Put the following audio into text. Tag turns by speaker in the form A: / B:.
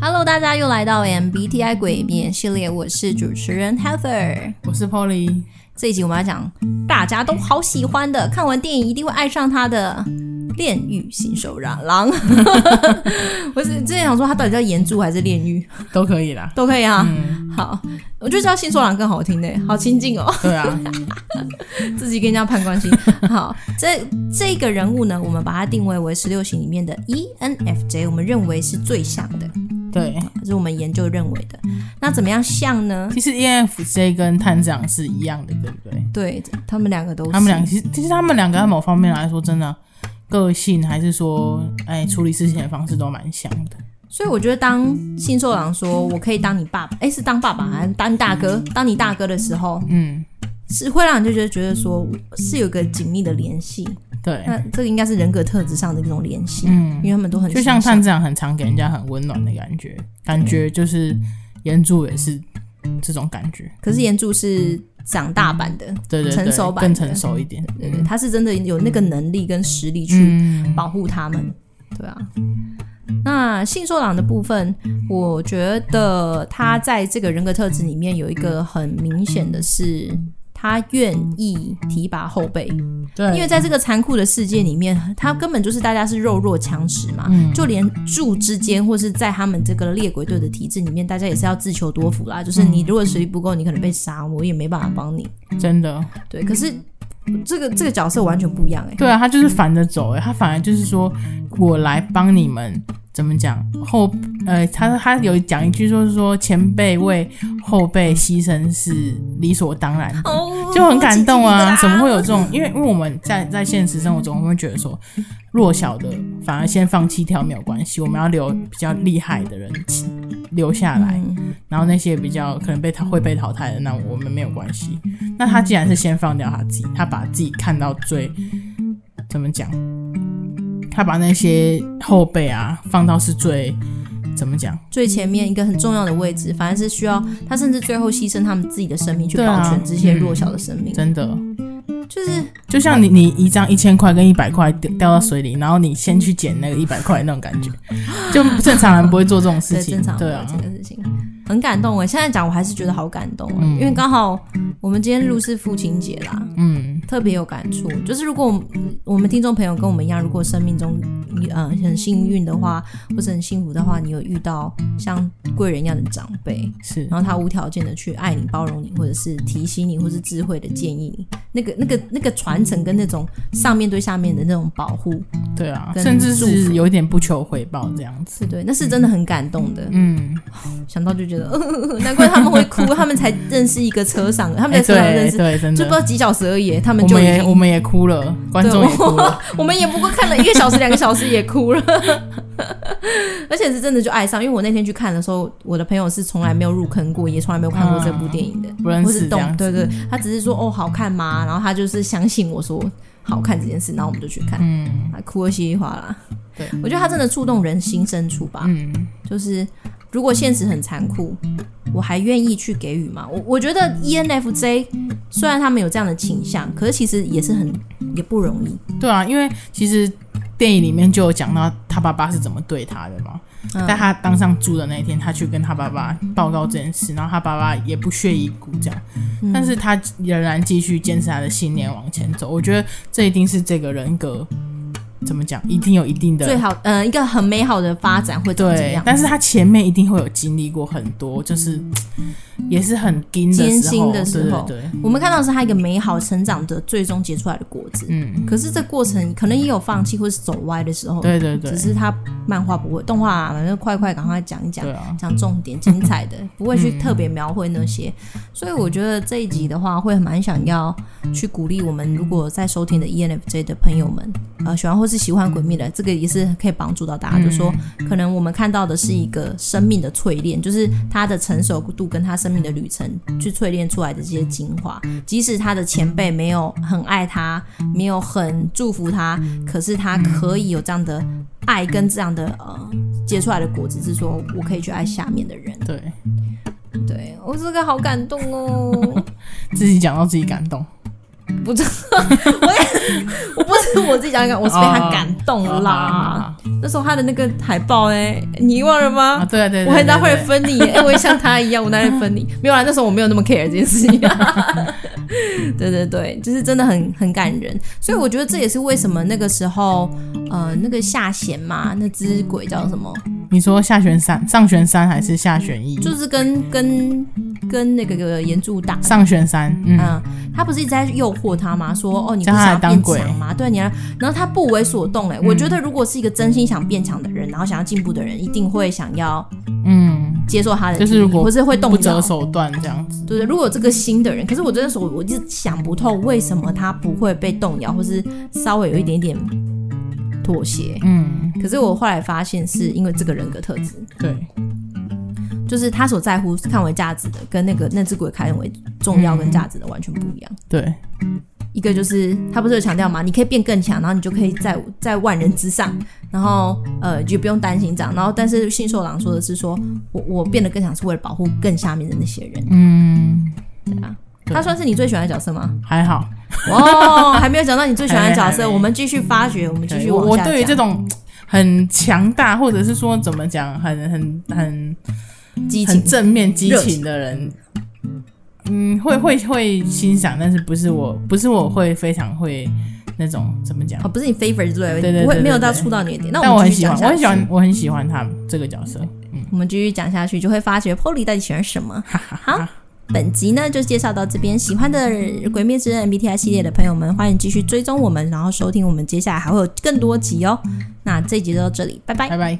A: Hello，大家又来到 MBTI 鬼面系列，我是主持人 Heather。
B: 我是 Polly，
A: 这一集我们要讲大家都好喜欢的，看完电影一定会爱上他的《炼狱新手郎》。 我是之前想说他到底叫岩柱还是炼狱
B: 都可以啦。
A: 都可以啊。
B: 嗯，
A: 好，我就知道新手郎更好听呢、好亲近哦。
B: 对啊，
A: 自己跟人家攀关系。好，这这个人物呢，我们把它定位为十六型里面的 E ENFJ，我们认为是最像的，
B: 对。
A: 是我们研究认为的。那怎么样像呢？
B: 其实 E ENFJ 跟探长是一样的，对不对？
A: 对他们两个都是，
B: 他们两其实其实他们两个在某方面来说，真的个性还是说，哎，处理事情的方式都蛮像的。
A: 所以我觉得当新受郎说我可以当你爸爸，哎，是当爸爸还是当大哥？当你大哥的时候，
B: 嗯，
A: 是会让你就觉得觉得说是有个紧密的联系。
B: 对，
A: 那这个应该是人格特质上的一种联系，因
B: 嗯，
A: 为他们都很
B: 就像
A: 相
B: 探长很常给人家很温暖的感觉，感觉
A: 嗯
B: 就是岩柱也是这种感觉，
A: 像，可是岩柱是长大版的，
B: 对对对，
A: 成熟版
B: 更
A: 的
B: 成熟一点，
A: 对对，他是真的有那个能力跟实力去
B: 嗯，
A: 保护他们，对啊。那信说郎的部分，我觉得他在这个人格特质里面有一个很明显的是，他愿意提拔后辈，
B: 对，
A: 因为在这个残酷的世界里面，他根本就是大家是肉弱强食嘛，
B: 嗯
A: 就连柱之间或是在他们这个猎鬼队的体制里面，大家也是要自求多福啦。就是
B: 嗯
A: 你如果实力不够，你可能被杀，我也没办法帮你。
B: 真的，
A: 对，可是这个这个角色完全不一样哎、
B: 对啊，他就是反着走、欸，他反而就是说我来帮你们怎么讲后，呃，他他有讲一句就是说前辈为后辈牺牲是理所当然的。
A: 哦
B: 就很感动啊！怎么会有这种？因为因为我们在在现实生活中，我们会觉得说，弱小的反而先放弃跳没有关系，我们要留比较厉害的人留下来，然后那些比较可能被淘会被淘汰的，那我们没有关系。那他既然是先放掉他自己，他把自己看到最怎么讲？他把那些后辈啊放到是最怎么讲？
A: 最前面一个很重要的位置，反而是需要他，甚至最后牺牲他们自己的生命去
B: 对
A: 保
B: 啊嗯
A: 全这些弱小的生命，
B: 真的，
A: 就是
B: 就像你你一张一千块跟一百块掉掉到水里，然后你先去捡那个一百块那种感觉，就正常人不会做这种事
A: 对
B: 情。
A: 正常
B: 对
A: 的
B: 啊
A: 这，个事情。很感动哎，现在讲我还是觉得好感动啊，
B: 嗯
A: 因为刚好我们今天录是父亲节啦，
B: 嗯，
A: 特别有感触。就是如果我们我们听众朋友跟我们一样，如果生命中呃很幸运的话，或者很幸福的话，你有遇到像贵人一样的长辈，
B: 是
A: 然后他无条件的去爱你、包容你，或者是提醒你，或是智慧的建议你，那个、那个、那个传承跟那种上面对下面的那种保护，
B: 对啊，
A: 跟
B: 甚至
A: 祝福
B: 是有一点不求回报这样子。
A: 是对，那是真的很感动的。
B: 嗯，
A: 想到就觉得， 难怪他们会哭，他们才认识一个车上，他们在
B: 哎
A: 车上认
B: 对
A: 识，
B: 对，真
A: 就不知
B: 的，
A: 道几小时而已，他们
B: 我
A: 就
B: 们
A: 已
B: 也
A: 经
B: 我们也哭了，观众也哭 了。
A: 我们也不过看了一个小时、两个小时也哭了， 而且是真的就爱上。因为我那天去看的时候，我的朋友是从来没有入坑过，也从来没有看过这
B: 啊
A: 部电影的，
B: 不认识
A: 或是
B: 这样
A: 懂，
B: 子嗯
A: 对对，他只是说哦好看吗？然后他就是相信我说好看这件事，然后我们就去看，
B: 嗯
A: 啊哭得稀里哗啦。
B: 对，
A: 我觉得他真的触动人心深处吧，
B: 嗯，
A: 就是。如果现实很残酷，我还愿意去给予吗？我我觉得 E ENFJ 虽然他们有这样的倾向，可是其实也是很也不容易。
B: 对啊，因为其实电影里面就有讲到他爸爸是怎么对他的嘛。
A: 嗯
B: 在他当上猪的那一天，他去跟他爸爸报告这件事，然后他爸爸也不屑一顾这样，
A: 嗯
B: 但是他仍然继续坚持他的信念往前走。我觉得这一定是这个人格怎么讲，一定有一定
A: 最
B: 的。
A: 好呃一个很美好的发展会怎么
B: 对
A: 样，？
B: 但是他前面一定会有经历过很多，就是也是很惊的时候
A: 艰辛的时候
B: 对对对，
A: 我们看到的是他一个美好成长的最终结出来的果子。
B: 嗯，
A: 可是这过程可能也有放弃或是走歪的时候，
B: 对对对
A: 只，是他漫画不会，动画、啊、反正快快赶快讲一讲
B: 对，啊，
A: 讲重点精彩的，不会去特别描绘那些。所以我觉得这一集的话，会蛮想要去鼓励我们，如果在收听的 E ENFJ 的朋友们，呃，喜欢或是喜欢《鬼灭》的，这个也是可以帮助到大家。就说可能我们看到的是一个生命的淬炼，就是他的成熟度跟他生命的旅程去淬炼出来的这些精华。即使他的前辈没有很爱他，没有很祝福他，可是他可以有这样的爱跟这样的呃结出来的果子，是说我可以去爱下面的人。
B: 对
A: 对我、这个好感动哦，
B: 自己讲到自己感动，
A: 我不是我自己讲讲，我是被他感动啦。
B: 啊
A: 那时候他的那个海报、欸，哎，你忘了吗？
B: 啊，对啊对对对
A: 我很大会
B: 对
A: 分你，哎、我也像他一样，我哪里分你？没有啦，那时候我没有那么 care 这件事情。对对对，就是真的很很感人，所以我觉得这也是为什么那个时候，呃，那个下弦嘛，那只鬼叫什么，
B: 你说下旋三、上旋三还是下旋一？
A: 就是跟跟跟那个个岩柱大。
B: 上旋三，嗯，
A: 嗯，他不是一直在诱惑他吗？说哦，你不
B: 叫
A: 是
B: 他来
A: 想要
B: 当
A: 变
B: 鬼嗯
A: 强吗？对，你要，然后他不为所动、欸。哎、我觉得如果是一个真心想变强的人，然后想要进步的人，一定会想要
B: 嗯，
A: 接受他的
B: 就
A: 提议，
B: 是如果
A: 或是会动
B: 不择
A: 摇。
B: 手段这样子，
A: 对对，如果有这个新的人，可是我真的说，我一直想不透为什么他不会被动摇，或是稍微有一点点妥协。
B: 嗯，
A: 可是我后来发现，是因为这个人格特质，
B: 对，
A: 就是他所在乎看为价值的，跟那个那只鬼看为重要跟
B: 嗯
A: 价值的完全不一样。
B: 对，
A: 一
B: 嗯
A: 个就是他不是有强调嘛，你可以变更强，然后你就可以在在万人之上，然后呃就不用担心这样。然后但是信受郎说的是说，我我变得更强是为了保护更下面的那些人，
B: 嗯，
A: 对啊。
B: 对
A: 他算是你最喜欢的角色吗？
B: 还好。
A: 哦，还没有讲到你最喜欢的角
B: 还没还
A: 色，
B: 没
A: 我们继续发掘，我们继
B: 对
A: 续
B: 我
A: 往
B: 我
A: 下
B: 对于这
A: 讲。
B: 种很强大，或者是说怎么讲，很很很
A: 激
B: 很
A: 情，
B: 正面激
A: 热
B: 情的人，嗯，会会会欣赏，但是不是我不是我会非常会那种怎么讲
A: 哦，，不是你 favorite 对
B: 对对
A: 不会
B: 对
A: 没有到
B: 对
A: 触到你的点。那
B: 但
A: 我
B: 我
A: 们
B: 很
A: 继续
B: 喜
A: 讲下
B: 欢，我很喜
A: 去
B: 欢，我很喜欢他这个角色，
A: 我们继续讲下去，就会发觉 Polly 到底喜欢什么。
B: 哈哈
A: 好
B: 哈。
A: 本集呢就介绍到这边，喜欢的《鬼灭之刃》MBTI 系列的朋友们，欢迎继续追踪我们，然后收听我们接下来还会有更多集哦。那这一集就到这里，拜拜。
B: 拜拜。